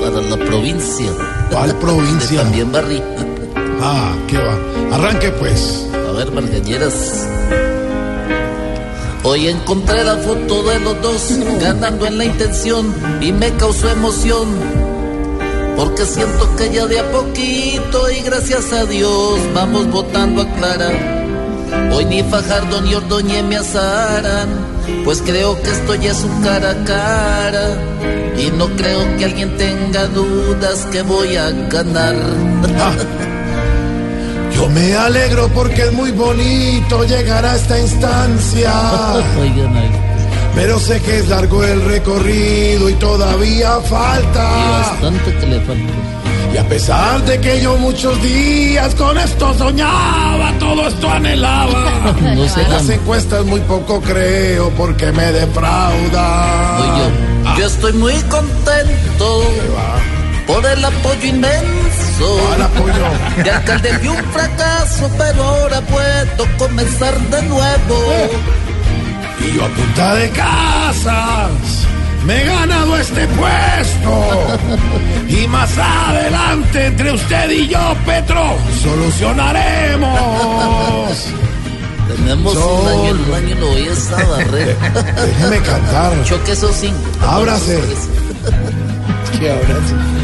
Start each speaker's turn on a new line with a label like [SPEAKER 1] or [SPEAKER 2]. [SPEAKER 1] Para la provincia.
[SPEAKER 2] ¿Cuál provincia?
[SPEAKER 1] También Barry.
[SPEAKER 2] Ah, qué va. Arranque pues.
[SPEAKER 1] A ver, margalleras. Hoy encontré la foto de los dos ganando en la intención y me causó emoción. Porque siento que ya de a poquito y gracias a Dios vamos votando a Clara. Hoy ni Fajardo ni Ordoñez me azaran, pues creo que esto ya es un cara a cara. Y no creo que alguien tenga dudas que voy a ganar.
[SPEAKER 2] Ah. Yo me alegro porque es muy bonito llegar a esta instancia.
[SPEAKER 1] Oigan ahí.
[SPEAKER 2] Pero sé que es largo el recorrido y todavía
[SPEAKER 1] Y
[SPEAKER 2] falta.
[SPEAKER 1] bastante que le falta.
[SPEAKER 2] Y a pesar de que yo muchos días con esto soñaba, todo esto anhelaba.
[SPEAKER 1] No sé
[SPEAKER 2] Las
[SPEAKER 1] Jan.
[SPEAKER 2] encuestas muy poco creo porque me
[SPEAKER 1] Soy
[SPEAKER 2] defrauda.
[SPEAKER 1] yo. Yo estoy muy contento por el apoyo inmenso.
[SPEAKER 2] Al apoyo.
[SPEAKER 1] De alcalde fui un fracaso, pero ahora puedo comenzar de nuevo.
[SPEAKER 2] Y yo a punta de casas me he ganado este puesto. Y más adelante entre usted y yo, Petro, solucionaremos.
[SPEAKER 1] Tenemos un
[SPEAKER 2] Sol.
[SPEAKER 1] año, el año lo voy a esa barrera.
[SPEAKER 2] Déjeme cantar.
[SPEAKER 1] Choque esos cinco.
[SPEAKER 2] Ábrase.
[SPEAKER 1] Esos tres.
[SPEAKER 2] ¿Qué ahora?